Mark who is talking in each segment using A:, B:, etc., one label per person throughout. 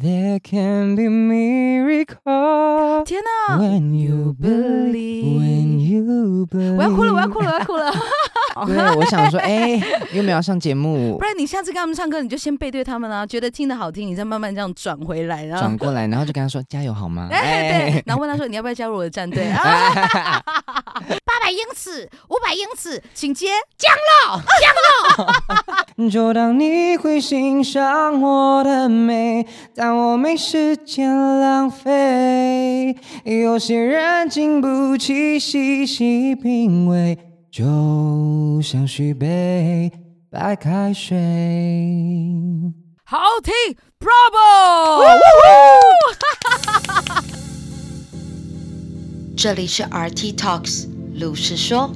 A: There can be miracle
B: 天哪
A: when you believe. When you believe.
B: 我要哭了，我要哭了，我要哭了！
A: 对，我想说，哎、又没有上节目
B: 不，然你下次跟他们唱歌，你就先背对他们啊，觉得听得好听，你再慢慢这样转回来，然后
A: 转过来，然后就跟他说加油好吗？
B: 哎 对，然后问他说你要不要加入我的战队 啊？
A: 哎
B: 八百英尺，五百英尺，请接。
A: 就当你会欣赏我的美，但我没时间浪费。有些人经不起细细品味，就像续杯白开水。
B: 好听，Bravo！
C: 这里是 RT Talks 鲁是说。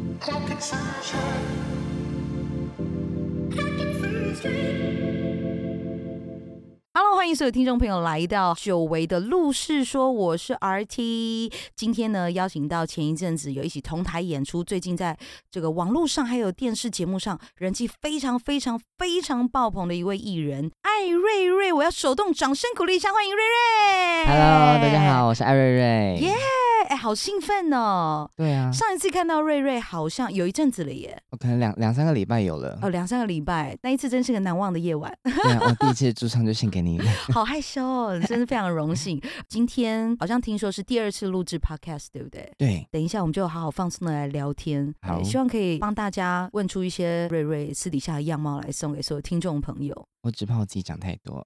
B: Hello，欢迎所有听众朋友来到久违的陆氏说，我是 RT。今天呢，邀请到前一阵子有一起同台演出，最近在这个网络上还有电视节目上人气非常非常非常爆棚的一位艺人艾瑞瑞，我要手动掌声鼓励一下，欢迎瑞瑞。
A: Hello，大家。好，我是艾瑞瑞。
B: 哎耶哎，好兴奋哦！
A: 对啊，
B: 上一次看到瑞瑞好像有一阵子了耶，
A: 我可能两两三个礼拜有了。
B: 哦， 两三个礼拜，那一次真是个难忘的夜晚。
A: 对啊，我第一次驻唱就献给你。
B: 好害羞哦，真是非常荣幸。今天好像听说是第二次录制 podcast，对不对？
A: 对，
B: 等一下，我们就好好放松的来聊天。
A: 好
B: 呃希望可以帮大家问出一些瑞瑞私底下的样貌来送给所有听众朋友。
A: 我只怕我自己讲太 多。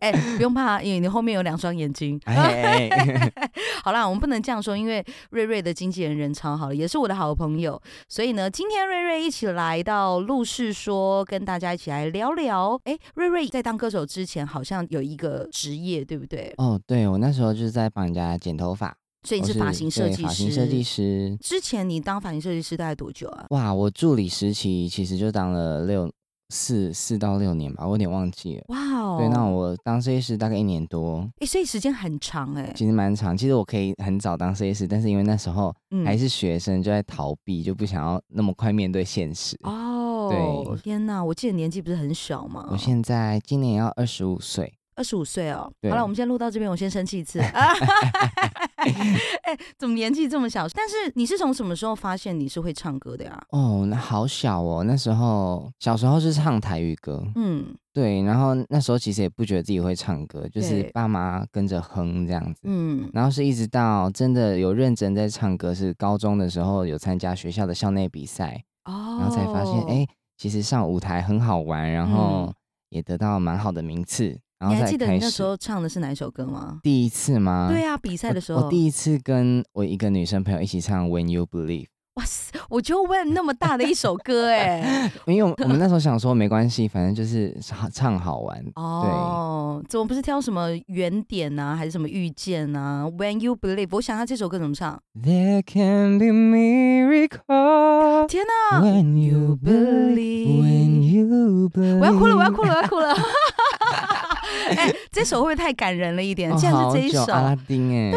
B: 哎，不用怕，因为你后面有两双眼睛。
A: 哎哎哎
B: 好啦，我们不能这样说，因为瑞瑞的经纪人人超好了，也是我的好朋友。所以呢，今天瑞瑞一起来到陆氏说，跟大家一起来聊聊。哎，瑞瑞在当歌手之前，好像有一个职业，对不对？
A: 哦，对，我那时候就是在帮人家剪头发。
B: 所以你
A: 我
B: 是发型设
A: 哦对
B: 计师。
A: 发型设计师。
B: 之前你当发型设计师大概多久啊？
A: 哇，我助理时期其实就当了六四四到六年吧，我有点忘记了。
B: 哇哦，
A: 对，那我当设计师大概一年多，
B: 哎、所以时间很长哎、
A: 其实蛮长。其实我可以很早当设计师，但是因为那时候
B: 嗯
A: 还是学生，就在逃避，就不想要那么快面对现实。
B: 哦，
A: 对
B: 天哪，我记得年纪不是很小吗？
A: 我现在今年要二十五岁，
B: 二十五岁哦。
A: 对
B: 好了，我们先录到这边，我先生 气一次。哎、怎么年纪这么小？但是你是从什么时候发现你是会唱歌的呀、
A: 哦，那好小哦。那时候小时候是唱台语歌，
B: 嗯
A: 对，然后那时候其实也不觉得自己会唱歌，就是
B: 对
A: 爸妈跟着哼这样子。
B: 嗯，
A: 然后是一直到真的有认真在唱歌，是高中的时候有参加学校的校内比赛，
B: 哦，
A: 然后才发现，哎、其实上舞台很好玩，然后
B: 嗯
A: 也得到蛮好的名次，然后
B: 你
A: 再
B: 还记得
A: 开
B: 你
A: 始
B: 那时候唱的是哪一首歌吗？
A: 第一次吗？
B: 对啊，比赛的时候，
A: 我，我第一次跟我一个女生朋友一起唱《When You Believe
B: 哇塞，我就问那么大的一首歌哎、》，
A: 因为我们我们那时候想说没关系，反正就是唱唱好玩。
B: 哦，怎么不是挑什么原点啊，还是什么遇见啊？When you believe，我想他这首歌怎么唱？
A: There can be miracle
B: 天哪、
A: when you believe, when you believe。
B: 我要哭了，我要哭了，我要哭 了！哎、这首会不会太感人了一点？
A: 哦
B: 竟然
A: 好
B: 是这一
A: 久
B: 首
A: 阿
B: 啊！
A: 拉丁哎、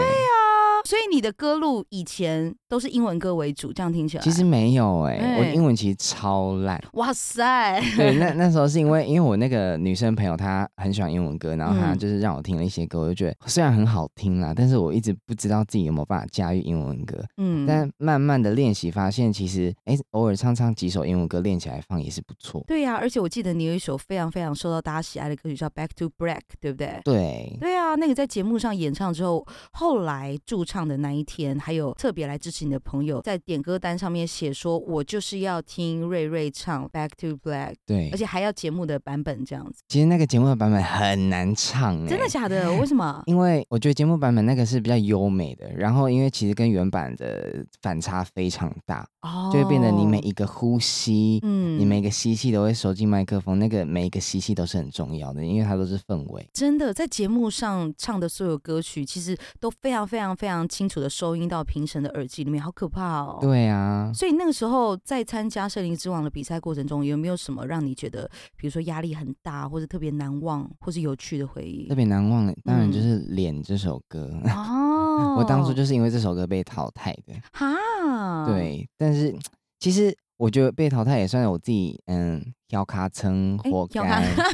B: 所以你的歌路以前都是英文歌为主，这样听起来，
A: 其实没有哎、
B: 哎
A: 我英文其实超 烂。
B: 哇塞，
A: 对，那那时候是因为因为我那个女生朋友她很喜欢英文歌，然后她
B: 嗯
A: 就是让我听了一些歌，我就觉得虽然很好听啦，但是我一直不知道自己有没有办法驾驭英文歌。
B: 嗯，
A: 但慢慢的练习，发现其实哎、偶尔唱唱几首英文歌练起来放也是不错。
B: 对呀、而且我记得你有一首非常非常受到大家喜爱的歌曲叫《Back to Black》，对不对？
A: 对，
B: 对啊，那个在节目上演唱之后，后来驻唱的那一天，还有特别来支持你的朋友，在点歌单上面写说，我就是要听瑞瑞唱《Back to Black》，
A: 对，
B: 而且还要节目的版本这样子，
A: 其实那个节目的版本很难唱、哎
B: 真的假的？为什 么？
A: 因为我觉得节目版本那个是比较优美的，然后因为其实跟原版的反差非常大，
B: 哦
A: 就会变得你每一个呼吸，
B: 嗯
A: 你每个吸气都会收进麦克风，那个每一个吸气都是很重要的，因为它都是氛围。
B: 真的在节目上唱的所有歌曲，其实都非常非常非常清楚的收音到评审的耳机里面，好可怕哦。。
A: 对啊，
B: 所以那个时候在参加《森林之王》的比赛过程中，有没有什么让你觉得，比如说压力很大，或者特别难忘，或是有趣的回忆
A: 特？别难忘的欸当然
B: 嗯
A: 就是《脸》这首歌，
B: 哦
A: 我当初就是因为这首歌被淘汰的。
B: 哈，，
A: 对，但是其实我觉得被淘汰也算是我自己嗯挑卡称
B: 哎
A: 活
B: 挑
A: 该，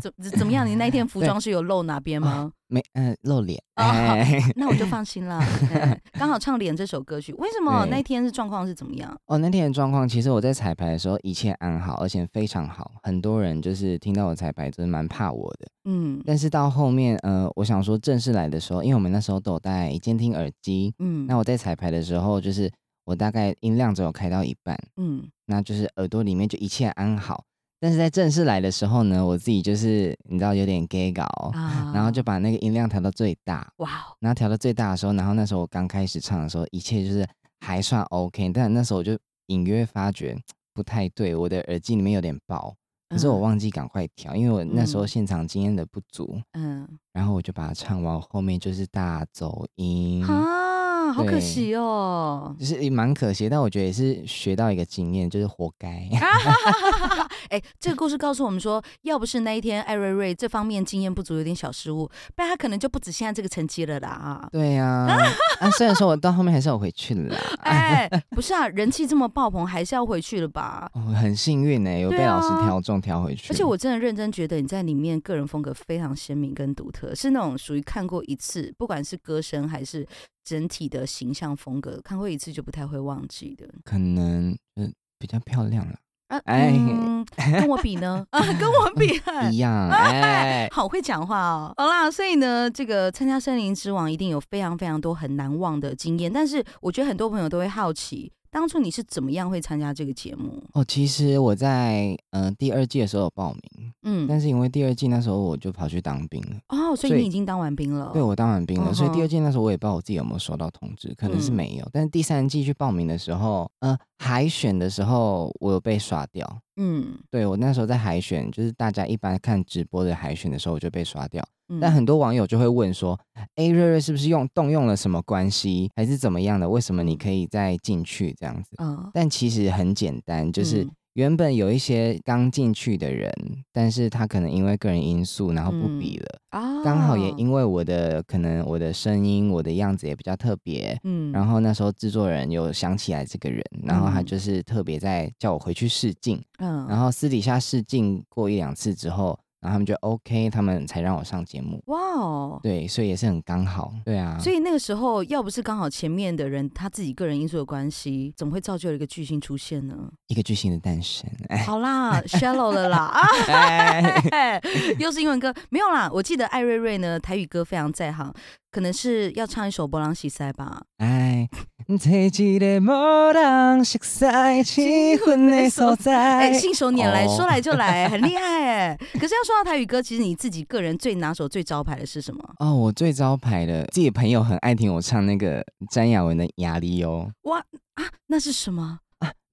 B: 怎怎么样？你 那天服装是有露哪边吗？
A: 没嗯露脸，
B: 哦
A: 哎，
B: 那我就放心 了。嗯刚好唱《脸》这首歌曲，为什么
A: 对
B: 那天是状况是怎么样？
A: 哦，那天的状况，其实我在彩排的时候一切安好，而且非常好。很多人就是听到我彩排，就是蛮怕我的。
B: 嗯
A: 但是到后面，呃，我想说正式来的时候，因为我们那时候都有戴监听耳机，
B: 嗯，
A: 那我在彩排的时候，就是我大概音量只有开到一半，
B: 嗯
A: 那就是耳朵里面就一切安好。但是在正式来的时候呢，我自己就是你知道有点 gay 搞，
B: 啊
A: 然后就把那个音量调到最大，
B: 哇哦，
A: 然后调到最大的时候，然后那时候我刚开始唱的时候，一切就是还算 OK，但那时候我就隐约发觉不太对，我的耳机里面有点爆，可是我忘记赶快调，因为我那时候
B: 嗯
A: 现场经验的不足，
B: 嗯
A: 然后我就把它唱完，后面就是大走音
B: 嗯，啊，好可
A: 对
B: 惜哦。
A: 就是也蛮可惜，但我觉得也是学到一个经验，就是活该。
B: 啊哎，这个故事告诉我们说，要不是那一天艾瑞瑞这方面经验不足，有点小失误，不然他可能就不止现在这个成绩了 啦啊。
A: 对呀、 啊，虽然说我到后面还是有回去了啦，
B: 哎，不是啊，人气这么爆棚，还是要回去了吧？
A: 哦、很幸运呢、有
B: 对
A: 被
B: 啊
A: 老师挑中挑回去。
B: 而且我真的认真觉得你在里面个人风格非常鲜明跟独特，是那种属于看过一次，不管是歌声还是整体的形象风格，看过一次就不太会忘记的。
A: 可能嗯比较漂亮啦，
B: 啊，
A: 哎
B: 嗯，跟我比呢？啊，跟我比，
A: 一样哎。
B: 好会讲话哦。好啦，所以呢，这个参加森林之王一定有非常非常多很难忘的经验，但是我觉得很多朋友都会好奇，当初你是怎么样会参加这个节目？
A: 哦，其实我在呃第二季的时候有报名，
B: 嗯，
A: 但是因为第二季那时候我就跑去当兵了，
B: 哦，所以
A: 所以
B: 你已经当完兵了。
A: 对我当完兵了，所以
B: 哦嗯
A: 第
B: 哼
A: 二季那时候我也不知道我自己有没有收到通知，可能是
B: 嗯
A: 没有。但是第三季去报名的时候，呃，海选的时候我有被刷掉。
B: 嗯，
A: 对我那时候在海选，就是大家一般看直播的海选的时候，我就被刷掉。
B: 嗯
A: 但很多网友就会问说：“哎，瑞瑞是不是用动用了什么关系，还是怎么样的？为什么
B: 嗯
A: 你可以再进去这样子？”
B: 啊，
A: 但其实很简单，就是
B: 嗯
A: 原本有一些刚进去的人，但是他可能因为个人因素，然后不比了。
B: 啊，
A: 刚好也因为我的可能我的声音，我的样子也比较特别。
B: 嗯，
A: 然后那时候制作人有想起来这个人，然后他
B: 嗯
A: 就是特别在叫我回去试镜，
B: 嗯，
A: 然后私底下试镜过一两次之后，然后他们就 OK，他们才让我上节目。
B: 哇哦。
A: 对，所以也是很刚好。对啊，
B: 所以那个时候，要不是刚好前面的人他自己个人因素的关系，怎么会造就一个巨星出现 呢？
A: 一个巨星的诞生。 哎
B: 好啦，shallow 了啦啊！
A: 哎，
B: 又是英文歌，没有啦。我记得艾瑞瑞呢，台语歌非常在行，可能是要唱一首《波浪西塞》吧。
A: 哎，摕一个无人熟悉、气氛的所
B: 哎、
A: 在。
B: 信手拈来，
A: 哦
B: 说来就 来，很厉害哎、可是要说到台语歌，其实你自己个人最拿手、最招牌的是什么？
A: 哦，我最招牌的，自己朋友很爱听我唱那个詹雅雯的《雅丽哦
B: 哇啊，那是什么？》，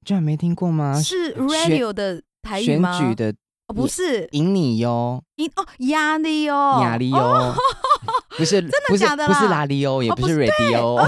A: 居然没听过吗？
B: 是
A: 选
B: radio 的台语
A: 选
B: 吗？
A: 举的
B: 哦、不是
A: 赢你哟，
B: 因哦压力哦
A: 雅丽哦， 不 是，真的不是
B: 假的
A: 不是
B: 啦
A: 拉力哦，也
B: 哦
A: 不
B: 不
A: 是 radio，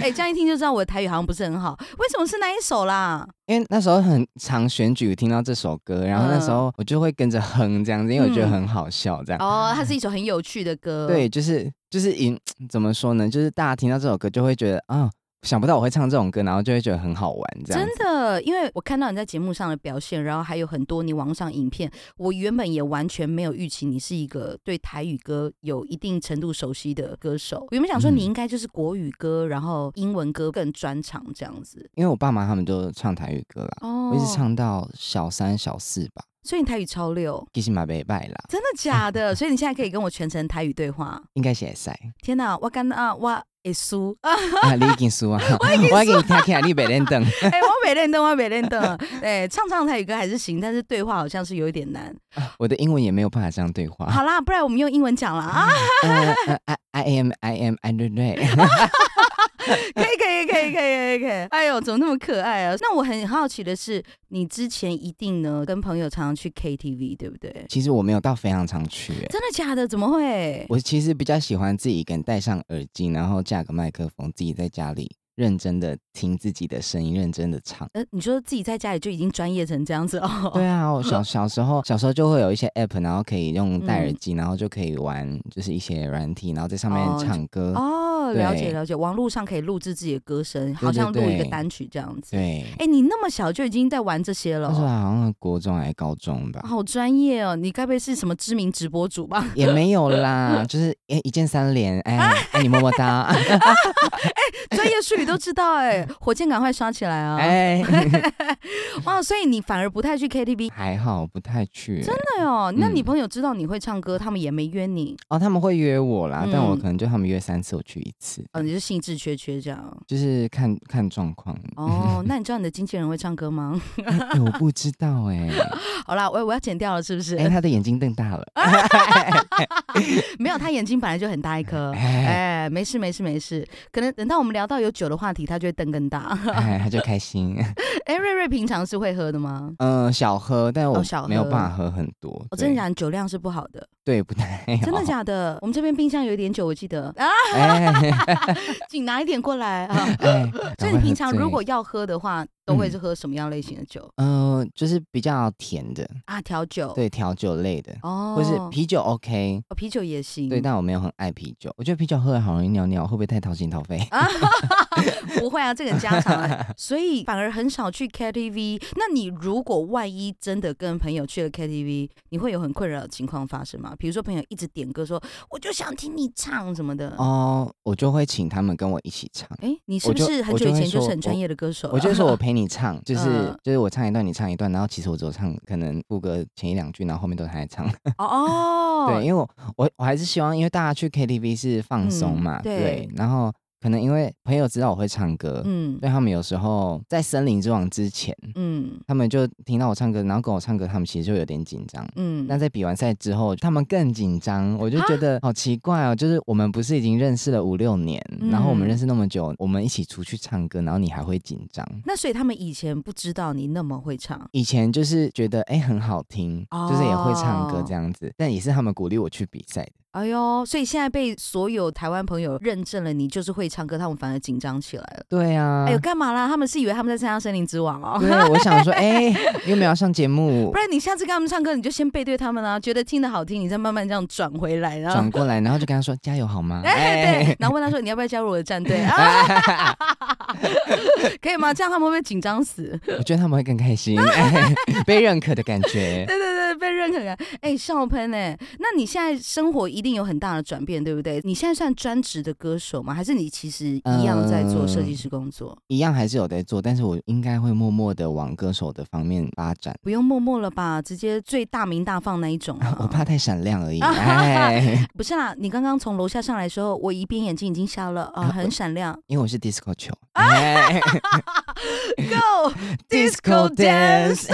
B: 哎、这样一听就知道我的台语好像不是很好，为什么是那一首啦？
A: 因为那时候很常选举听到这首歌，然后那时候我就会跟着哼这样子，因为我觉得
B: 嗯
A: 很好笑这样。
B: 哦，它是一首很有趣的歌，
A: 对，，就是就是引怎么说呢？就是大家听到这首歌就会觉得啊、想不到我会唱这种歌，然后就会觉得很好玩这样
B: 真
A: 子。
B: 的，因为我看到你在节目上的表现，然后还有很多你网上影片，我原本也完全没有预期你是一个对台语歌有一定程度熟悉的歌手，我原本想说
A: 嗯
B: 你应该就是国语歌，然后英文歌更专长这样子。
A: 因为我爸妈他们都唱台语歌啦，
B: 哦
A: 我一直，唱到小三小四吧，
B: 所以你台语超溜，
A: 其实嘛袂歹啦，
B: 真的假的？所以你现在可以跟我全程台语对话。
A: 应该是会使。
B: 天哪，我干啊，我会输啊！
A: 啊，你已经输 啊，我已经听起来你袂认得。
B: 哎、我没练灯，我没练灯。 哎、唱唱台语歌还是行，但是对话好像是有一点难。
A: 我的英文也没有办法这样对话。
B: 好啦，不然我们用英文讲啦啊！
A: 呃呃 I I am I am I 对对，
B: 可以，可以，可以，可以，可以，可以。哎呦，怎么那么可爱啊？那我很好奇的是，你之前一定呢跟朋友常常去 KTV，对不对？
A: 其实我没有到非常常去、欸
B: 真的假的？怎么会？
A: 我其实比较喜欢自己一个人戴上耳机，然后架个麦克风，自己在家里认真的听自己的声音，认真的唱。
B: 呃，你说自己在家里就已经专业成这样子哦？
A: 对啊，我 小小时候小时候就会有一些 app，然后可以用戴耳机，然后就可以玩就是一些软体，然后在上面
B: 哦
A: 唱歌。
B: 哦，哦，了解
A: 对
B: 了解，网络上可以录制自己的歌声，好
A: 对
B: 像录一
A: 对
B: 个单曲这样子。
A: 对，
B: 哎、你那么小就已经在玩这些了
A: 那时候
B: 哦，
A: 好像国中还是高中吧，
B: 好专业哦！你该不会是什么知名直播主 吧？
A: 也没有啦， 就是哎一键三连，哎
B: 啊
A: 哎你么么哒，
B: 专业术语都知道哎、火箭赶快刷起来啊！
A: 哎
B: 哇，所以你反而不太去 KTV，
A: 还好不太去，真的
B: 对哦。那
A: 嗯
B: 你朋友知道你会唱歌，他们也没约你，
A: 哦他们会约我啦，但我
B: 嗯
A: 可能就他们约三次我去一次，
B: 哦，你就兴致缺缺 这样。
A: 就是看看状况。
B: 哦，那你知道你的经纪人会唱 歌吗？
A: 哎哎我不知道 哎，
B: 好啦，我我要剪掉了，是不是？
A: 哎他的眼睛瞪大了，
B: 没有，他眼睛本来就很大一颗。
A: 哎
B: 哎、没事没事没事，可能等到我们聊到有酒的话题，他就会瞪更大。
A: 哎他就开心。
B: 哎、瑞瑞平常是会喝的吗？
A: 嗯，小喝，但我
B: 哦小喝
A: 没有办法喝很多。
B: 哦，
A: 对哦
B: 真的假的？酒量是不好 的，
A: 对，不太好。
B: 真的假的？我们这边冰箱有一点酒，我 记得啊，
A: 哎
B: 请拿一点 过来啊。
A: 哎，
B: 所
A: 赶
B: 以你
A: 快
B: 平
A: 喝
B: 常
A: 醉
B: 如果要喝的话，都会
A: 嗯
B: 是喝什么样类型的酒、
A: 呃，就是比较甜的，
B: 啊？调酒，，
A: 对，调酒类的，
B: 哦，
A: 或是啤酒 OK，
B: 哦啤酒也行，
A: 对，但我没有很爱啤酒，我觉得啤酒喝了好容易尿尿，会不会太掏心掏肺？
B: 啊， 不会啊，这个很家常 啊，所以反而很少去 KTV。那你如果万一真的跟朋友去了 KTV，你会有很困扰的情况发生吗？比如说朋友一直点歌说，我就想听你唱什么的。哦，
A: 哦，我就会请他们跟我一起 唱。
B: 哎，你是不
A: 我就是
B: 很
A: 我
B: 久
A: 就
B: 以
A: 会
B: 前就是
A: 说
B: 很专
A: 我
B: 业的歌手了？啊
A: 我就说，我陪你唱，就
B: 嗯
A: 是就是我唱一段，你唱一段，然后其实我只有唱可能副歌前一两句，然后后面都是他在唱。
B: 哦哦，
A: 对，因为我我我还是希望，因为大家去 KTV 是放松
B: 嗯
A: 嘛，
B: 对
A: 然后可能因为朋友知道我会唱歌，
B: 嗯
A: 对他们有时候在《森林之王》之前，
B: 嗯
A: 他们就听到我唱歌，然后跟我唱歌，他们其实就有点紧张。
B: 嗯，
A: 那在比完赛之后，他们更紧张，我就觉得好奇怪哦。就是我们不是已经认识了五六年，然后我们
B: 嗯
A: 认识那么久，我们一起出去唱歌，然后你还会紧张？
B: 那所以他们以前不知道你那么会唱。
A: 以前就是觉得哎、很好听，就是也会唱歌
B: 哦
A: 这样子，但也是他们鼓励我去比赛的。
B: 哎呦，所以现在被所有台湾朋友认证了，你就是会唱歌，他们反而紧张起来了。
A: 对啊，
B: 哎呦，干嘛啦？他们是以为他们在参加《森林之王》哦。
A: 对，我想说，哎、你有没有要上节目
B: 不？然你下次跟他们唱歌，你就先背对他们啊，觉得听得好听，你再慢慢这样转回来，然后
A: 转过来，然后就跟他说加油好吗？
B: 哎 对
A: 哎，，
B: 然后问他说你要不要加入我的 战队啊？可以吗？这样他们会不会紧张死？
A: 我觉得他们会更开心， 哎被认可的感觉。
B: 对对对，被认可感。哎，笑喷哎、那你现在生活一定有很大的转变，对不对？你现在算专职的歌手吗？还是你其实一样在做设计师工作？
A: 一样还是有在做，但是我应该会默默的往歌手的方面发展。。
B: 不用默默了吧，直接最大名大放那一种、啊
A: 我怕太闪亮 而已。
B: 啊
A: 哎，
B: 不是啦，你刚刚从楼下上来的时候，我一边眼睛已经瞎了啊、
A: 啊
B: 很闪亮。
A: 因为我是 disco 球。
B: 啊
A: 哎
B: Go
A: disco dance。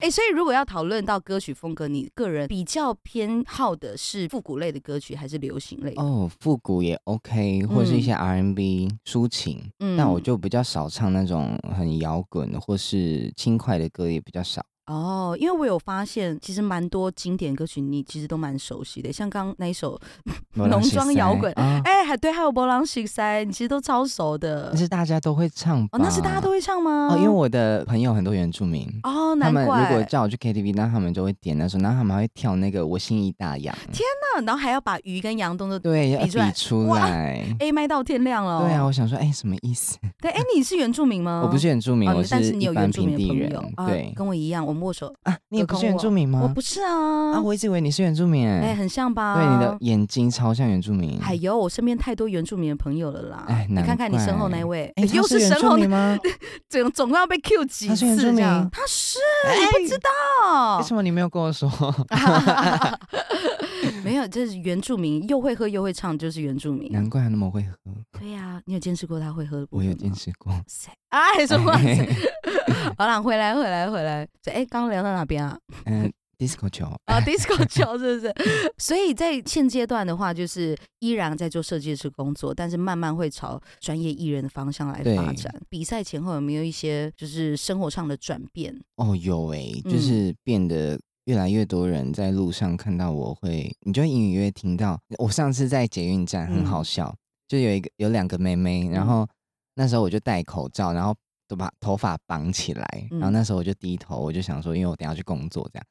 B: 哎、所以如果要讨论到歌曲风格，你个人比较偏好的是复古类的歌曲还是流行类的？
A: 哦，复古也 OK，或是一些 R&B 抒情，
B: 嗯
A: 但我就比较少唱那种很摇滚或是轻快的歌，也比较少。
B: 哦，因为我有发现，其实蛮多经典歌曲你其实都蛮熟悉的，像刚刚那一首，浓妆摇滚
A: 啊，
B: 哎、还对，还有《波浪西塞》，你其实都超熟的
A: 但。是大家都会唱吧
B: 哦，那是大家都会唱吗？
A: 哦，因为我的朋友很多原住民。
B: 哦，
A: 他
B: 难
A: 们如果
B: 怪。
A: 叫我去 KTV，那他们就会点那首，然后他们还会跳那个《我心已大洋》，
B: 那然后还要把鱼跟羊动作
A: 对，要
B: 比出来
A: 比出
B: 哇
A: 来。
B: A 麦到天亮了。哦
A: 对啊，，我想说，哎、什么意思？
B: 对，哎、你是原住民吗？
A: 我不是原住民，
B: 哦，
A: 我
B: 你但是你
A: 一
B: 有
A: 般
B: 原住
A: 平
B: 民的
A: 地
B: 朋
A: 人。
B: 友，啊哦
A: 对
B: 跟我一样，我们握手。
A: 啊，你也
B: 隔
A: 不是
B: 空
A: 原住民吗？
B: 我不是啊，
A: 啊，我一直以为你是原住民、
B: 哎、很像吧？
A: 对，你的眼睛超像原住民。
B: 哎呦，我身边太多原住民的朋友了啦！
A: 嗯哎
B: 你
A: 难
B: 看看你身后
A: 怪
B: 那位，
A: 哎、他
B: 又
A: 是
B: 身
A: 原住
B: 后那
A: 民 吗？
B: 总总共要被 Q 几
A: 他是原
B: 次
A: 住
B: 这样
A: 民
B: 他是哦
A: 哎
B: 你不知道
A: 为，什么你没有跟我说？
B: 没有，这是原住民，又会喝又会唱，就是原住民。
A: 难怪他那么会喝，
B: 对呀、你有见识过他会喝的部
A: 我
B: 分吗？
A: 有见 识过。
B: 塞。啊，还说话
A: 哎
B: 塞。好啦，回来，回来，回来。这哎，刚聊到哪边啊？
A: 嗯、d i s c o 球。
B: 啊，disco 球是不是？ 所以在现阶段的话，就是依然在做设计师工作，但是慢慢会朝专业艺人的方向来发
A: 对
B: 展。比赛前后有没有一些就是生活上的转变？
A: 哦，有诶、就
B: 嗯
A: 是变得越来越多人在路上看到我会，你就会隐隐约约听到。我上次在捷运站很好
B: 嗯
A: 笑，就有一个有两个妹妹，然
B: 嗯
A: 后那时候我就戴口罩，然后都把头发绑起来，然后
B: 嗯
A: 那时候我就低头，我就想说，因为我等下去工作这样。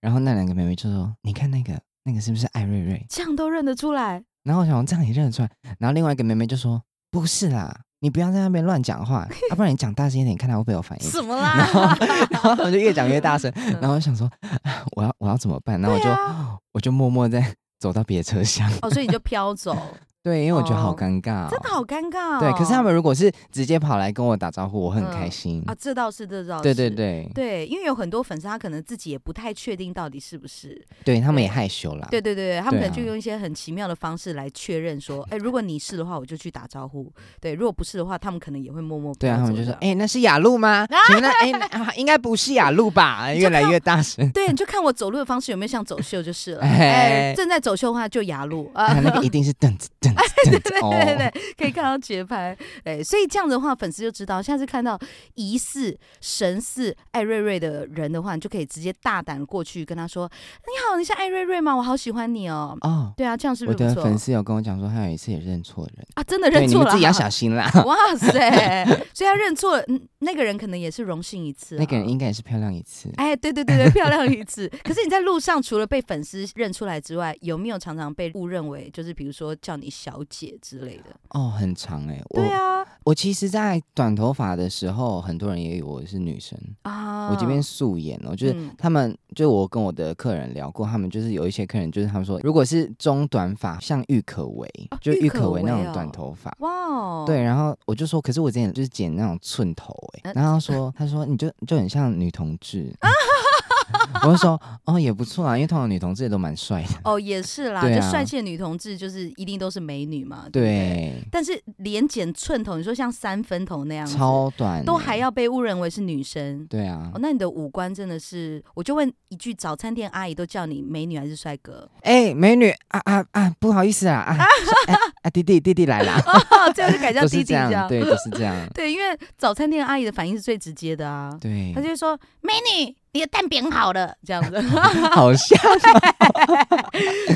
A: 然后那两个妹妹就说：“你看那个，那个是不是艾瑞瑞
B: 这样都认得出来？”
A: 然后我想这样你认得出来，然后另外一个妹妹就说不是啦，你不要在那边乱讲话，要、不然你讲大声一点，看她会不会有反应。
B: 怎么
A: 然后
B: 啦？，
A: 然后
B: 啊
A: 我就越讲越大声，然后我想说，啊我要我要怎么办？然后我就、
B: 嗯对啊
A: 我就默默在走到别的车厢，
B: 哦，所以你就 飘走，
A: 对，因为我觉得好
B: 哦
A: 尴尬、
B: 真的好尴尬、哦。
A: 啊对，可是他们如果是直接跑来跟我打招呼，我会很开
B: 嗯
A: 心。
B: 啊，这倒是，这倒是，
A: 对对对，
B: 对，因为有很多粉丝他可能自己也不太确定到底是不是，
A: 对他们也
B: 对
A: 害羞啦。
B: 对对对，他们可
A: 对啊
B: 能就用一些很奇妙的方式来确认说，哎、如果你是的话，我就去打招呼；对，如果不是的话，他们可能也会默默
A: 对啊，他
B: 飘
A: 们
B: 走
A: 就说：“
B: 这样
A: 哎、那是雅露吗？请问那 哎、啊应该不是雅露吧？”
B: 你就
A: 越来
B: 看，
A: 越大声
B: 对，你就看我走路的方式有没有像走秀就是了。
A: 哎
B: 哎、正在走秀的话就牙路 啊，
A: 啊，那个一定是凳子凳子凳子哦。
B: 对对对，可以看到节拍，哎，所以这样的话，粉丝就知道，下次看到疑似神似艾瑞瑞的人的话，你就可以直接大胆地过去跟他说：“你好，你是艾瑞瑞吗？我好喜欢你哦。
A: 哦”，
B: 对啊，这样是不
A: 我
B: 是不
A: 的
B: 错
A: 粉丝有跟我讲说，他有一次也认错人，
B: 啊？真的
A: 对，
B: 认
A: 你
B: 错
A: 们
B: 了，
A: 自己要小。心啦。
B: 哇塞！所以他认错了，嗯那个人可能也是荣幸一次、啊
A: 那个人。应该也是漂亮一次。
B: 哎，对对对对，漂亮一次。 可是你在路上除了被粉丝认出来之外，有没有常常被误认为就是比如说叫你小姐之类的？
A: 哦，很长哎、我
B: 对啊，
A: 我其实，在短头发的时候，很多人也以为我是女生。
B: 啊，
A: 我这边素颜哦，就是
B: 嗯
A: 他们，就我跟我的客人聊过，他们就是有一些客人，就是他们说，如果是中短发，像郁可唯，
B: 啊
A: 就
B: 郁
A: 郁
B: 可
A: 可唯那
B: 唯
A: 种
B: 哦
A: 短头发。
B: 哇哦，
A: 对，然后我就说，可是我之前就是剪那种寸头哎、
B: 呃
A: 然后他说，他说你就就很像女同志， 我就说哦也不错啊，因为通常女同志也都蛮帅的，
B: 哦，也是啦，
A: 对
B: 就
A: 啊
B: 帅气的女同志就是一定都是美女嘛，对不对。
A: 对，
B: 但是连剪寸头，你说像三分头那样子，
A: 超短、欸
B: 都还。要被误认为是女生。
A: 对啊
B: 哦，，那你的五官真的是，我就问一句，早餐店阿姨都叫你美女还是帅哥？
A: 哎、美女啊啊啊，不好意思啊啊啊啊，弟弟弟弟来啦，
B: 哦，这样 就改叫
A: 都
B: 弟
A: 是
B: 弟
A: 这样，对，都是这样，
B: 对，因为早餐店阿姨的反应是最直接的啊，
A: 对
B: 她，就会说美女，你的蛋饼好了，这样子，
A: 好像。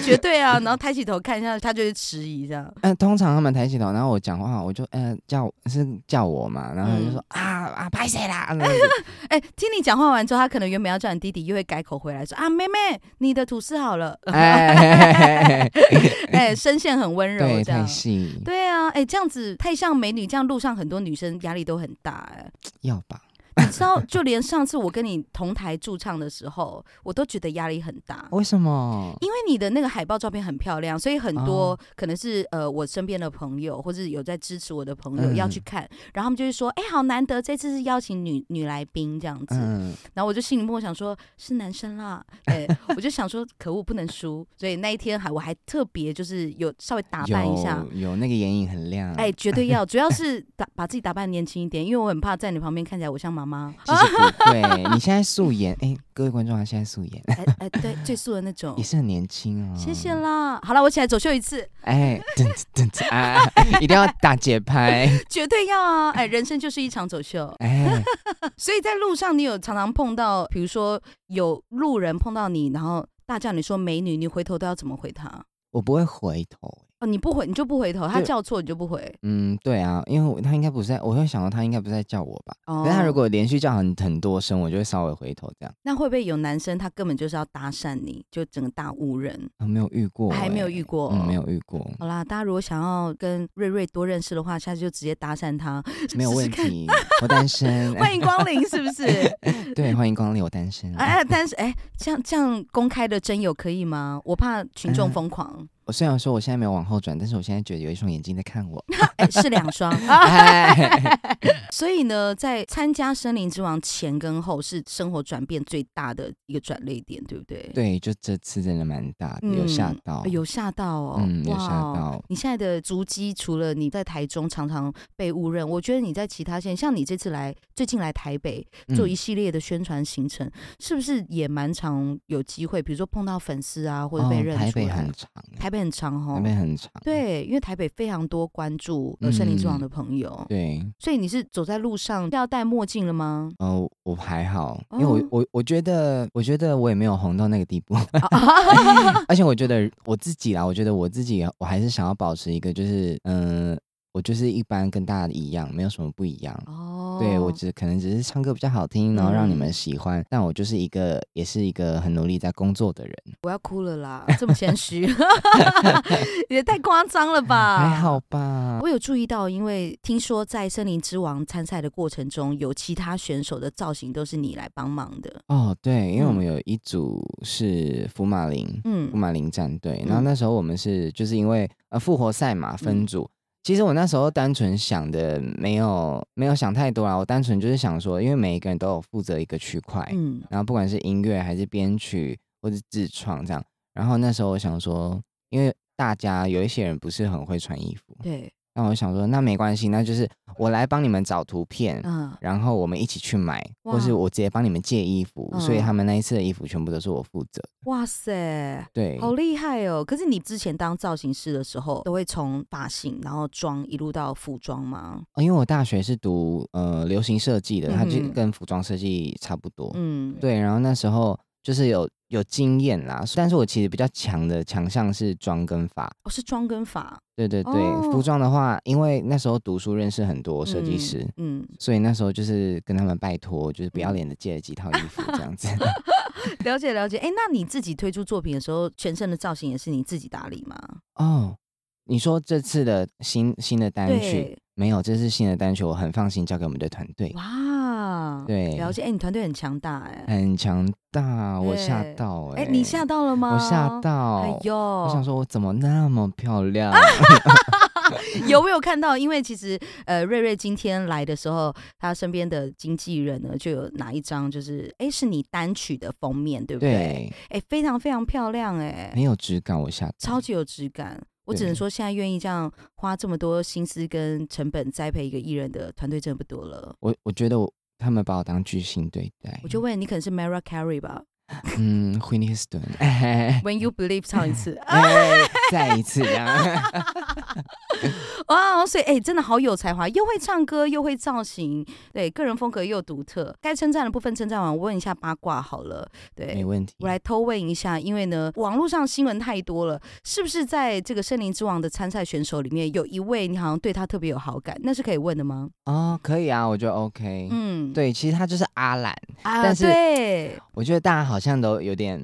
B: 绝对啊。然后抬起头看一下，她就会迟疑这样。
A: 嗯、通常他们抬起头，然后我讲话，我就呃叫是叫我嘛，然后他就说、
B: 嗯
A: 啊啊拍谁 啦，那样子
B: 哎、听你讲话完之后，他可能原本要叫你弟弟，又会改口回来说啊，妹妹，你的吐司好了。
A: 哎，
B: 哎、声线很温柔，
A: 对，
B: 这
A: 太
B: 样。
A: 细，
B: 对啊，哎、这样子太像美女，这样路上很多女生压力都很大、哎，
A: 要吧？
B: 你知道，就连上次我跟你同台驻唱的时候，我都觉得压力很大。
A: 为什么？
B: 因为你的那个海报照片很漂亮，所以很多
A: 哦
B: 可能是、呃我身边的朋友，或者有在支持我的朋友
A: 嗯
B: 要去看，然后他们就会说：“哎、好难得，这次是邀请女女来宾这样子。
A: 嗯，
B: 然后我就心里默想说，是男生啦，哎、我就想说，可恶，不能输。所以那一天还我还特别就是有稍微打扮一下，
A: 有有那个眼影很亮，
B: 哎、绝对要，主要是打把自己打扮年轻一点，因为我很怕在你旁边看起来我像妈 妈。
A: 其实 不对，你现在素颜，哎、各位观众，他现在素颜
B: 哎、哎、对，最素的那种
A: 也。是很年轻哦，
B: 谢谢啦，好了，我起来走秀一次，
A: 哎，噔噔噔噔啊， 一定要打节拍，
B: 绝对要啊！哎、人生就是一场走秀，
A: 哎，
B: 所以在路上你有常常碰到，比如说有路人碰到你，然后大叫你说美女，你回头都要怎么回他？
A: 我不会回头。
B: 哦，你不回你就不回头，他
A: 对
B: 叫错你就不回。
A: 嗯，对啊，因为我他应该不是在，我会想到他应该不是在叫我吧？
B: 哦
A: 可是他如果连续叫很很多声，我就会稍微回头这样。
B: 那会不会有男生他根本就是要搭讪你，就整个大误人？
A: 啊没有遇过欸、
B: 还没有遇过哦
A: 嗯，没有遇 过，
B: 好啦，大家如果想要跟瑞瑞多认识的话，下次就直接搭讪他，
A: 没有
B: 试试
A: 问
B: 看。
A: 题。我单身， 哎
B: 欢迎光临，是不是？
A: 对，欢迎光临，我单身。
B: 哎，但是哎，这样这样公开的真友可以吗？我怕群众
A: 嗯
B: 疯狂。
A: 我虽然说我现在没有往后转，但是我现在觉得有一双眼睛在看 我。
B: 哎，是 两双。
A: 哎，
B: 所以呢，在参加《森林之王》前跟后是生活转变最大的一个转捩点，对不对？
A: 对，就这次真的蛮大的，
B: 嗯，
A: 有吓到，
B: 有吓到哦，
A: 嗯有
B: 哇
A: 吓
B: 哦
A: 到
B: 你现在的足迹，除了你在台中常常被误认，我觉得你在其他县，像你这次来最近来台北做一
A: 嗯
B: 系列的宣传行程，是不是也蛮常有机会？比如说碰到粉丝啊，或者被
A: 哦
B: 认
A: 台
B: 出
A: 北
B: 来。
A: 很长欸，
B: 台北很长
A: 台
B: 哦，
A: 北很长。
B: 对，因为台北非常多关注呃《森林之王》的朋友，
A: 对，
B: 所以你是走在路上要戴墨镜了吗？
A: 呃，我还好，因为我、
B: 哦
A: 我我觉得，我觉得我也没有红到那个地步， 而且我觉得我自己啦，我觉得我自己我还是想要保持一个就是嗯、呃我就是一般跟大家一样，没有什么不一样。
B: 哦，嗯
A: 对我只可能只是唱歌比较好听，然后让你们喜欢，但我就是一个也是一个很努力在工作的人，
B: 我要哭了啦，这么谦虚， 也太夸张了吧？
A: 还好吧？
B: 我有注意到，因为听说在森林之王参赛的过程中，有其他选手的造型都是你来帮忙的。
A: 哦，对，因为我
B: 嗯
A: 们有一组是福马林，福
B: 嗯，
A: 马林战队，
B: 嗯
A: 然后那时候我们是就是因为呃复活赛嘛分组。其实我那时候单纯想的没有没有想太多啦，我单纯就是想说，因为每一个人都有负责一个区块，
B: 嗯，
A: 然后不管是音乐还是编曲或是自创这样。然后那时候我想说，因为大家有一些人不是很会穿衣服，
B: 对，
A: 那我想说那没关系，那就是我来帮你们找图片，
B: 嗯，
A: 然后我们一起去买，
B: 哇
A: 或是我直接帮你们借衣服，所以
B: 嗯
A: 他们那一次的衣服全部都是我负责。
B: 哇塞，
A: 对，
B: 好厉害哦！可是你之前当造型师的时候，都会从发型，然后妆一路到服装吗？
A: 哦因为我大学是读呃流行设计的，它就
B: 嗯哼
A: 跟服装设计差不多。
B: 嗯，，
A: 哦对，然后那时候就是有有经验啦，但是我其实比较强的强项是妆跟发。
B: 哦，是妆跟发
A: 对对对，
B: 哦
A: 服装的话，因为那时候读书认识很多哦设计师，，
B: 嗯，
A: 所以那时候就是跟他们拜托，就是不要脸的借了几套衣服这样 子。
B: 嗯了解了解。哎，那你自己推出作品的时候，全身的造型也是你自己打理吗？
A: 哦，你说这次的新新的单曲
B: 对，
A: 没有，这是新的单曲，我很放心交给我们的团队，
B: 哇，
A: 对
B: 了解。哎，你团队很强大哎。
A: 很强大，我吓
B: 对
A: 到哎、
B: 哎，你吓到了吗？
A: 我吓到，
B: 哎呦，啊
A: 我想说我怎么那么漂亮？
B: 有我有看到，因为其实呃，瑞瑞今天来的时候，他身边的经纪人呢就有拿一张，就是哎、是你单曲的封面，对不对？
A: 对，
B: 哎、非常非常漂亮、诶哎，
A: 很有质感，我吓到，
B: 超级有质感。我只
A: 对
B: 能说，现在愿意这样花这么多心思跟成本栽培一个艺人的团队真的不多了。
A: 我我觉得我他们把我当巨星对待，
B: 我就问你，可能是 Mara Carey 吧
A: 嗯，Whitney Houston，哎
B: ？When You Believe 唱一次啊！
A: 哎再一次这样。
B: 哇，所以哎、真的好有才华，又会唱歌，又会造型，对，个人风格又独特。该称赞的部分称赞完，我问一下八卦好了。 对，
A: 没问题。
B: 我来偷问一下，因为呢，网络上新闻太多了，是不是在这个森林之王的参赛选手里面，有一位你好像对他特别有好感，那是可以问的吗？
A: 哦，可以啊，我觉得 OK。
B: 嗯，
A: 对，其实他就是阿兰，
B: 啊，
A: 但是
B: 对，
A: 我觉得大家好像都有点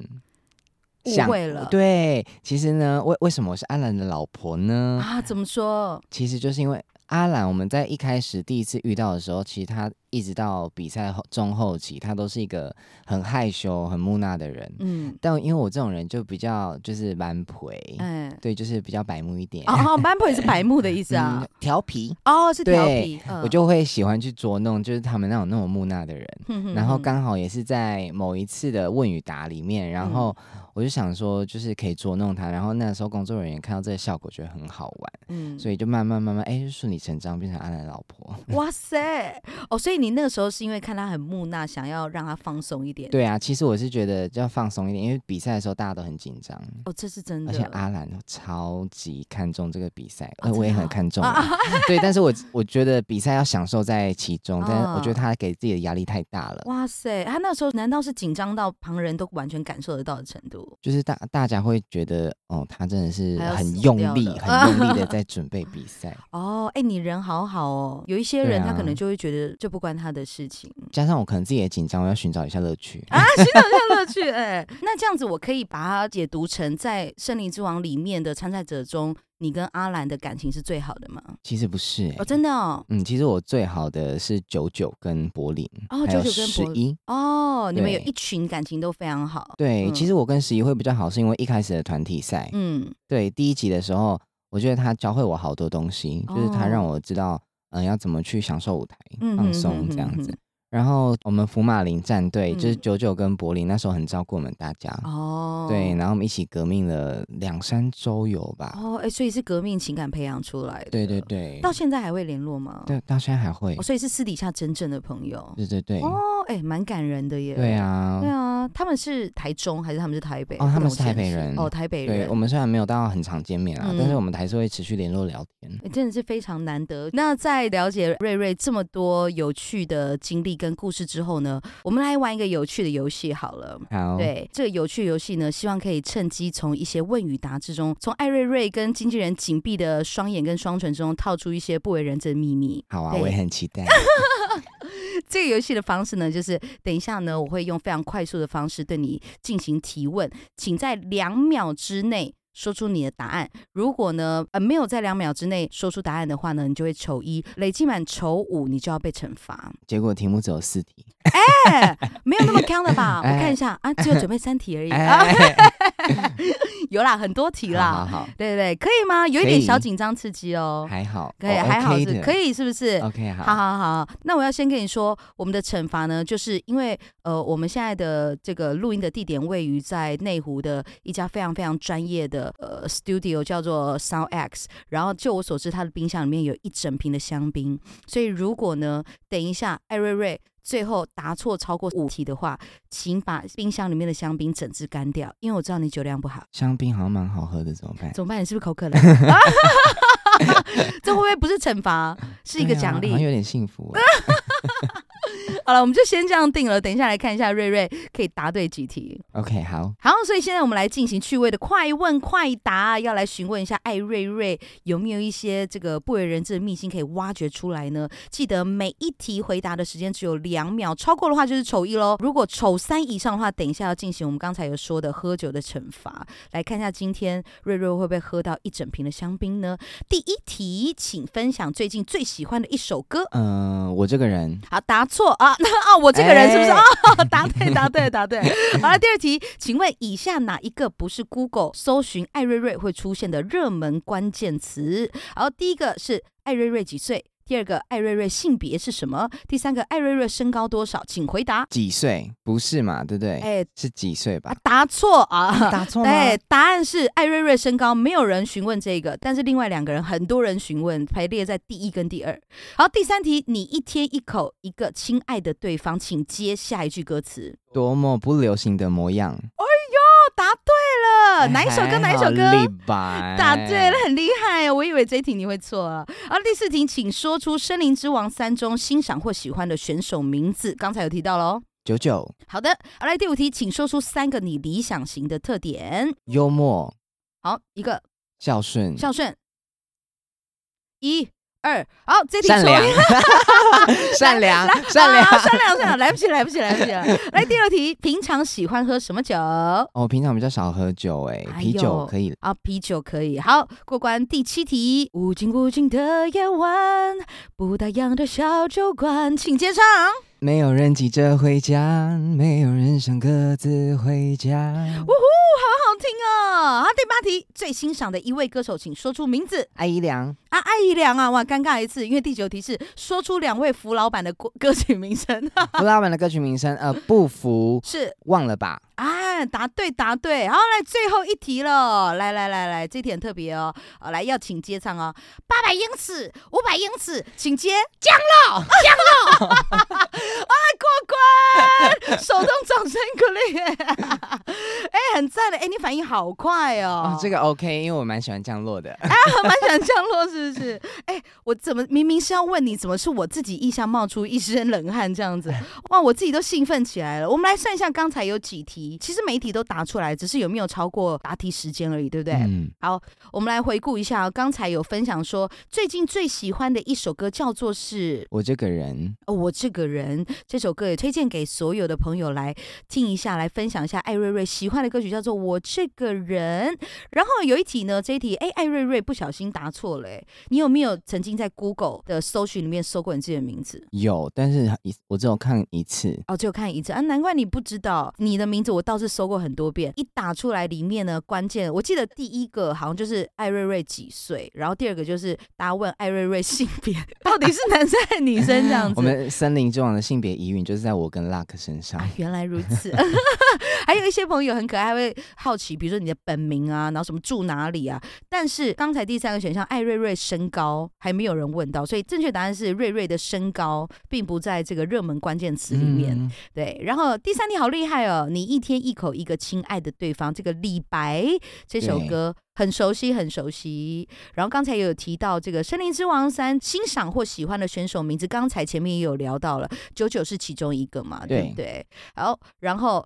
B: 误
A: 想
B: 会了
A: 对，其实呢，为为什么我是阿兰的老婆呢？
B: 啊，怎么说？
A: 其实就是因为阿兰，我们在一开始第一次遇到的时候，其实他一直到比赛后中后期，他都是一个很害羞、很木讷的人。
B: 嗯，
A: 但因为我这种人就比较就是蛮颓，
B: 哎、
A: 对，就是比较白目一点。
B: 哦哦，班普也是白目的意思啊
A: 嗯，，调皮，
B: 哦，是调
A: 对
B: 皮，嗯
A: 我就会喜欢去捉弄，就是他们那种那种木讷的人。
B: 哼哼
A: 然后
B: 哼
A: 刚好也是在某一次的问与答里面，然后
B: 嗯
A: 我就想说，就是可以捉弄他。然后那时候工作人员看到这个效果，觉得很好玩，
B: 嗯
A: 所以就慢慢慢慢，哎，就顺理成章变成阿兰老婆。
B: 哇塞，哦，所以你那个时候是因为看他很木讷，想要让他放松一点，，
A: 对啊，其实我是觉得要放松一点，因为比赛的时候大家都很紧张，
B: 哦，这是真的，
A: 而且啊阿兰超级看重这个比赛，
B: 哦
A: 呃，我也
B: 真的
A: 很
B: 哦
A: 看重
B: 啊
A: 啊。
B: 啊
A: 对，但是我我觉得比赛要享受在其中，但是我觉得
B: 啊
A: 他给自己的压力太大了。
B: 哇塞，他那时候难道是紧张到旁人都完全感受得到的程度？
A: 就是大大家会觉得，哦，他真的是
B: 他要
A: 很
B: 死
A: 用
B: 掉
A: 力、
B: 了
A: 很用力 的在准备比赛，
B: 哦，哎、你人好好哦。有一些
A: 对
B: 人他
A: 啊
B: 可能就会觉得这不关他的事情
A: 加上我可能自己也紧张，我要寻找一下乐 趣。
B: 啊，寻找一下乐 趣。哎、那这样子我可以把它解读成在《森林之王》里面的参赛者中，你跟阿兰的感情是最好的吗？
A: 其实不是、欸，
B: 哦，真的哦，
A: 嗯，其实我最好的是九九跟柏林，
B: 哦
A: 还有
B: 99跟
A: 十
B: 柏
A: 一。
B: 哦，你们有
A: 对
B: 一群感情都非常好。
A: 对，
B: 嗯
A: 其实我跟十一会比较好，是因为一开始的团体赛，
B: 嗯，
A: 对第一集的时候，我觉得他教会我好多东西，就是他
B: 哦
A: 让我知道，嗯、要怎么去享受舞台、
B: 嗯
A: 放
B: 哼
A: 松
B: 哼
A: 这
B: 哼
A: 样
B: 哼
A: 子。然后我们福马林战队就是
B: 嗯
A: 九九跟柏林，那时候很照顾我们大家。
B: 哦，
A: 对，。然后我们一起革命了两三周有吧？
B: 哦，哎、所以是革命情感培养出来的。
A: 对对。对，
B: 到现在还会联络吗？
A: 对到现在还会
B: 哦，，所以是私底下真正的朋友。
A: 对对对，
B: 哦，哎、蛮感人的耶。
A: 对。啊
B: 对，啊，他们是台中还是他们是台北？
A: 哦他们
B: 不懂
A: 是台北
B: 县市
A: 人
B: 哦，台北
A: 对
B: 人
A: 我。们虽然没有到很常见面啊，但是
B: 嗯
A: 我们还是会持续联络聊间。
B: 欸真的是非常难得。那在了解瑞瑞这么多有趣的经历跟故事之后呢，我们来玩一个有趣的游戏好了。
A: 好，
B: 对这个有趣游戏呢，希望可以趁机从一些问与答之中，从艾瑞瑞跟经纪人紧闭的双眼跟双唇中套出一些不为人知的秘密。
A: 好啊，
B: 对
A: 我也很期待。
B: 这个游戏的方式呢，就是等一下呢，我会用非常快速的方式对你进行提问，请在两秒之内。说出你的答案。如果呢，呃，没有在两秒之内说出答案的话呢，你就会求一，累积满求五，你就要被惩罚。
A: 结果题目只有四题，
B: 哎，没有那么坑 的吧？我看一下啊，只有准备三题而已。啊，
A: 哎，
B: 有啦，很多题啦。
A: 好好
B: 对对对，可以吗？有一点
A: 可以
B: 小紧张刺激
A: 好，
B: 哦。
A: 还好，
B: 可以，还好是，可
A: 以
B: 以，是不是？
A: ，OK，好，
B: 好好好，那我要先跟你说，我们的惩罚呢，就是因为呃，我们现在的这个录音的地点位于在内湖的一家非常非常专业的呃 studio，叫做 Sound X。然后就我所知，它的冰箱里面有一整瓶的香槟，所以如果呢，等一下艾瑞瑞最后答错超过五题的话，请把冰箱里面的香槟整支干掉，因为我知道你酒量不好。
A: 香槟好像蛮好喝的，怎么办？
B: 怎么办？你是不是口渴了？ 这会不会不是惩罚，是一个
A: 对啊
B: 奖励
A: 好像？有点幸 福哎。
B: 好了，我们就先这样定了。等一下来看一下瑞瑞可以答对几题。
A: OK，好，
B: 好，所以现在我们来进行趣味的快问快答，要来询问一下艾瑞瑞有没有一些这个不为人知的秘辛可以挖掘出来呢？记得每一题回答的时间只有两秒，超过的话就是丑一喽。如果丑三以上的话，等一下要进行我们刚才有说的喝酒的惩罚。来看一下今天瑞瑞会不会喝到一整瓶的香槟呢？第一题，请分享最近最喜欢的一首歌。
A: 嗯，我这个人
B: 好，答错啊！那哦，我这个人是不是？
A: 哎
B: 哦， 答对，答对，答对。好了，第二题，请问以下哪一个不是 Google 搜寻艾瑞瑞会出现的热门关键词？好，第一个是艾瑞瑞几岁？第二个，艾瑞瑞性别是什么？第三个，艾瑞瑞身高多少？请回答。
A: 几岁？不是嘛？对不对？
B: 哎、
A: 是几岁吧
B: 啊？答错啊！
A: 答错吗？
B: 对，答案是艾瑞瑞身高，没有人询问这个，但是另外两个人很多人询问，排列在第一跟第二。好，第三题，你一天一口一个亲爱的对方，请接下一句歌词。
A: 多么不流行的模样。
B: 哦，答
A: 哎
B: 对了，哪一首歌？哪一首
A: 立
B: 歌？
A: 白。
B: 答对了，很厉害哦！我以为这一题你会错啊。好，第四题，请说出《森林之王三》中欣赏或喜欢的选手名字，刚才有提到喽。
A: 九九，
B: 好的，好来第五题，请说出三个你理想型的特点。
A: 幽默、
B: 好，一个
A: 孝顺、
B: 孝顺，一二，好，这题
A: 善
B: 错
A: 良
B: 来、
A: 善良、善
B: 啊
A: 良。
B: 善良，善良，来不及，来不及，来不及了。来第六题，平常喜欢喝什么酒？啊，
A: 哦，平常比较少喝酒，哎，
B: 哎
A: 啤酒
B: 呦
A: 可以。
B: 啤酒可以。好，过关。第七题，无尽无尽的夜晚，不打烊的小酒馆，请接上。
A: 没有人急着回家，没有人想各自回家
B: 呜。呼，好好听哦。好，第八题，最欣赏的一位歌手，请说出名字。
A: 艾姨良，
B: 啊，艾怡良啊，哇，尴尬一次，因为第九题是说出两位福老板的歌歌曲名称，
A: 弗拉文的歌曲名 称，呃，不服，
B: 是
A: 忘了吧？
B: 啊，答对，答对，好，来最后一题了，来来来来，这题很特别哦，好，来要请接唱哦，八百英尺，五百英尺，请接降落， 降落，啊，过关，手动掌声鼓励， 哎、很赞的，哎、你反应好快哦，
A: 哦，这个 OK，因为我蛮喜欢降落的。
B: 啊， 蛮想降落是不是？哎、我怎么明明是要问你，怎么是我自己腋下冒出一身冷汗这样子？哇，我自己都兴奋起来了。我们来算一下刚才有几题，其实每一题都答出来，只是有没有超过答题时间而已，对不对？
A: 嗯，
B: 我们来回顾一下，刚才有分享说最近最喜欢的一首歌叫做是
A: 我这个人
B: 呃我这个人》这首歌，也推荐给所有的朋友来听一下，来分享一下艾瑞瑞喜欢的歌曲，叫做《我这个人》。然后有一题呢，这一题，哎，艾瑞瑞不小心答错了，哎，你有没有曾经在 Google 的搜寻里面搜过你自己的名字？
A: 有，但是一我只有看一次。
B: 哦，只有看一次啊，难怪你不知道你的名字，我倒是搜过很多遍。一打出来里面呢，关键我记得第一个好像就是艾瑞瑞几岁，然后第二个就是大家问艾瑞瑞性别 到底是男生还是女生这样子。
A: 我们森林之王的性别疑云就是在我跟 Luck 身上
B: 啊。，原来如此。 还有一些朋友很可爱，会好奇，比如说你的本名啊，然后什么住哪里啊。但是刚才才第三个选项，艾瑞瑞身高还没有人问到，所以正确答案是瑞瑞的身高并不在这个热门关键词里面。
A: 嗯
B: 对，然后第三题好厉害哦！你一天一口一个亲爱的对方，这个李白这首
A: 对
B: 歌很熟悉，很熟悉。然后刚才也有提到这个《森林之王三》，欣赏或喜欢的选手名字，刚才前面也有聊到了，九九是其中一个嘛，对不对？好，然后。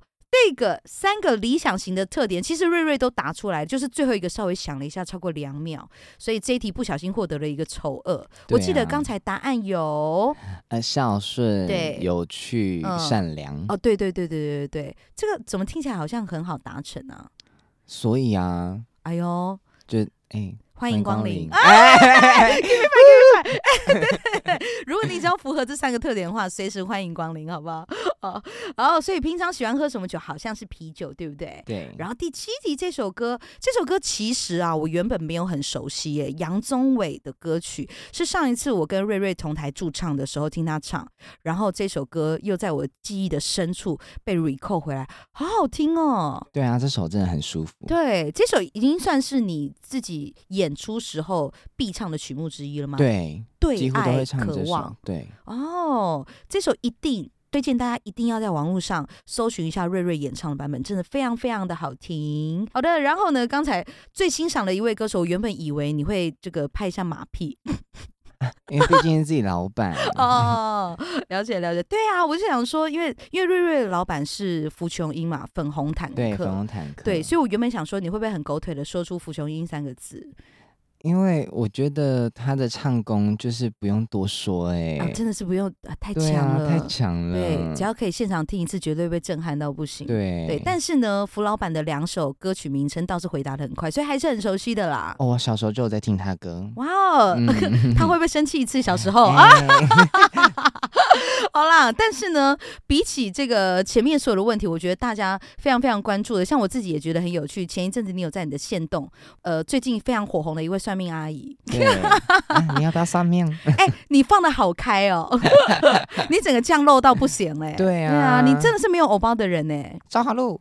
B: 这个三个理想型的特点，其实瑞瑞都答出来，就是最后一个稍微想了一下，超过两秒，所以这一题不小心获得了一个丑恶。我
A: 对
B: 记得
A: 啊
B: 刚才答案有
A: 呃，孝顺、
B: 对
A: 有趣、
B: 嗯
A: 善良。
B: 哦，对对对对对对，这个怎么听起来好像很好达成啊？
A: 所以啊，
B: 哎呦，
A: 就哎，
B: 欢迎光临！啊
A: 哎，
B: 如果你只要符合这三个特点的话，随时欢迎光临，好不好？ 哦，哦，所以平常喜欢喝什么酒？好像是啤酒，对不对？
A: 对，
B: 然后第七题这首歌，这首歌其实啊，我原本没有很熟悉耶。杨宗纬的歌曲是上一次我跟瑞瑞同台驻唱的时候听他唱，然后这首歌又在我记忆的深处被 recall 回来，好好听哦。
A: 对啊，这首真的很舒服。
B: 对，这首已经算是你自己演出时候必唱的曲目之一了吗？，
A: 对，
B: 对
A: 几乎都
B: 爱
A: 会唱
B: 渴
A: 这首
B: 望。。
A: 对，
B: 哦，这首一定推荐大家一定要在网络上搜寻一下瑞瑞演唱的版本，真的非常非常的好听。好的，然后呢，刚才最欣赏的一位歌手，我原本以为你会这个拍一下马 屁，
A: 因为毕竟是自己老板
B: 哦，了解了解。对啊，我就想说，因为因为瑞瑞的老板是福琼英嘛，粉红坦克。
A: 对，粉红坦克。
B: 对，所以我原本想说，你会不会很狗腿的说出“福琼英”三个字？
A: 因为我觉得他的唱功就是不用多说，哎
B: 啊，，真的是不用、啊、太
A: 对
B: 强
A: 啊，
B: 了，
A: 太强了，
B: 对，只要可以现场听一次，绝对被震撼到不行。
A: 对
B: 但是呢，福老板的两首歌曲名称倒是回答的很快，所以还是很熟悉的啦。
A: 哦，我小时候就有在听他歌。
B: 哇哦，
A: 嗯
B: 他会不会生气一次？小时 候啊，
A: 啊，
B: 好啦，但是呢，比起这个前面所有的问题，我觉得大家非常非常关注的，像我自己也觉得很有趣。前一阵子你有在你的线动，呃，最近非常火红的一位算命阿姨，
A: 对，啊你要不要算 命？
B: 哎、你放的好开哦， 你整个降落到不行嘞、
A: 对啊
B: 你真的是没有偶包的人呢、
A: 找好路。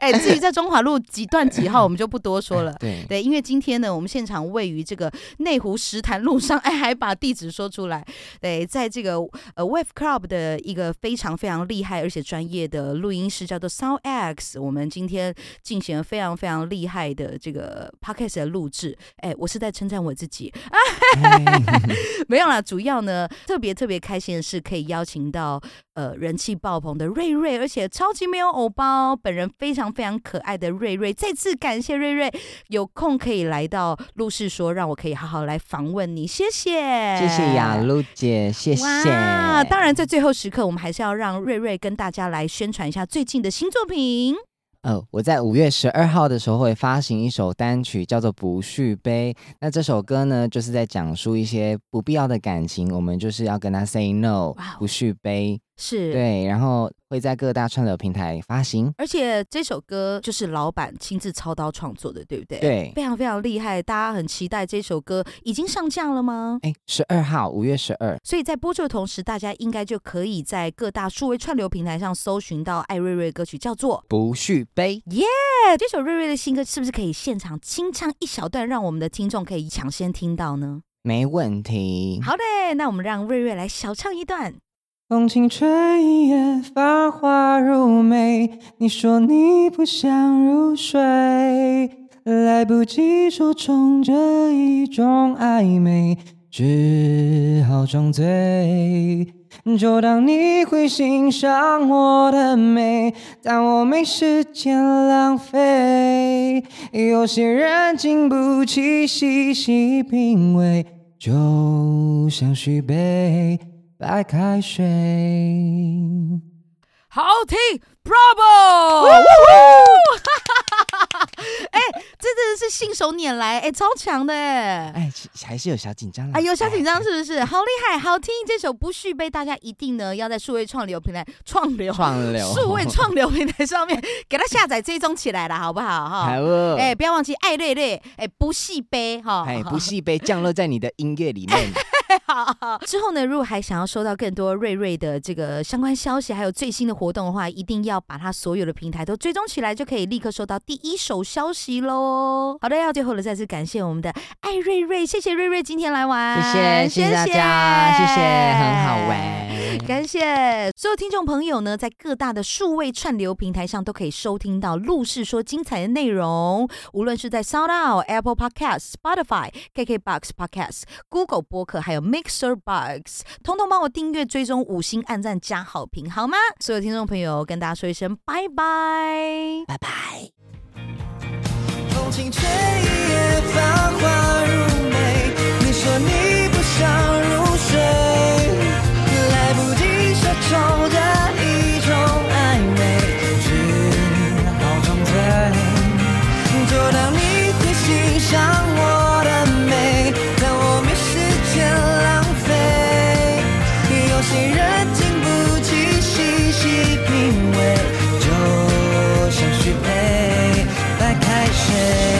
B: 哎、至于在中华路几段几号，我们就不多说了。
A: 对，
B: 对，因为今天呢，我们现场位于这个内湖石潭路上，哎，还把地址说出来。对，在这个呃 Wave Club 的一个非常非常厉害而且专业的录音室叫做 Sound X，我们今天进行了非常非常厉害的这个 podcast 的录制。哎，我是在称赞我自己，
A: 哎
B: 没有啦，主要呢，特别特别开心的是可以邀请到呃人气爆棚的瑞瑞，而且超级没有偶包，本人非常非常可爱的瑞瑞，再次感谢瑞瑞有空可以来到陆氏说，让我可以好好来访问你，谢谢，
A: 谢谢雅。露姐，谢谢。
B: 哇！当然，在最后时刻，我们还是要让瑞瑞跟大家来宣传一下最近的新作品。
A: 呃，我在五月十二号的时候会发行一首单曲，叫做《不续杯》。那这首歌呢，就是在讲述一些不必要的感情，我们就是要跟他 say no，
B: 哇哦
A: 不续杯。
B: 是，呃
A: 对，然后会在各大串流平台发行。
B: 而且这首歌就是老板亲自操刀创作的，对不对？，
A: 对，
B: 非常非常厉害，大家很期待这首歌已经上架了吗？
A: 哎，十二号，五月十二。
B: 所以在播出的同时，大家应该就可以在各大数位串流平台上搜寻到艾瑞瑞的歌曲，叫做
A: 不续杯，
B: 《哎》。这首瑞瑞的新歌是不是可以现场清唱一小段，让我们的听众可以抢先听到呢？
A: 没问题。
B: 好嘞，那我们让瑞瑞来小唱一段。
A: 风轻吹一夜，繁花如美。你说你不想入睡，来不及说冲着一种暧昧，只好装醉。嗯就当你会欣赏我的美，但我没时间浪费。有些人经不起细细品味，就像续杯。白开水。
B: 好听，Bravo！哎， 这真的是信手拈来，哎，超强的哎。
A: 哎，其还啊是有小紧张啦
B: 哎呦，小紧张是不是？好厉害，好听！这首《不续杯》，大家一定呢要在数位创流平台 创流
A: 创流
B: 数位创流平台上面给它下载追踪起来了，好不好
A: 好
B: 哈？
A: 哦，
B: 哎，不要忘记爱瑞瑞，哎，不续杯哈，
A: 哎，不细被降落在你的音乐里面。
B: 好。之后呢，如果还想要收到更多瑞瑞的这个相关消息，还有最新的活动的话，一定要把他所有的平台都追踪起来，就可以立刻收到第一手消息喽。好的，要最后了，再次感谢我们的爱瑞瑞，谢谢瑞瑞今天来玩，
A: 谢谢谢谢大家，啊谢谢，很好玩。
B: 感谢所有听众朋友呢，在各大的数位串流平台上都可以收听到《陆氏说》精彩的内容，无论是在 Sound Out、Apple Podcast、Spotify、KKBox Podcast、Google 播客，还有 Mixer Box，通通帮我订阅、追踪、五星按赞加好评，好吗？所有听众朋友，跟大家说一声拜拜。
A: 拜拜。风轻吹夜繁花如美，你说你不想入睡，来不及奢求的一种暧昧，只好装醉，做到你会欣赏我的美，但我没时间浪费。有些人经不起细细品味，就像续杯白开水。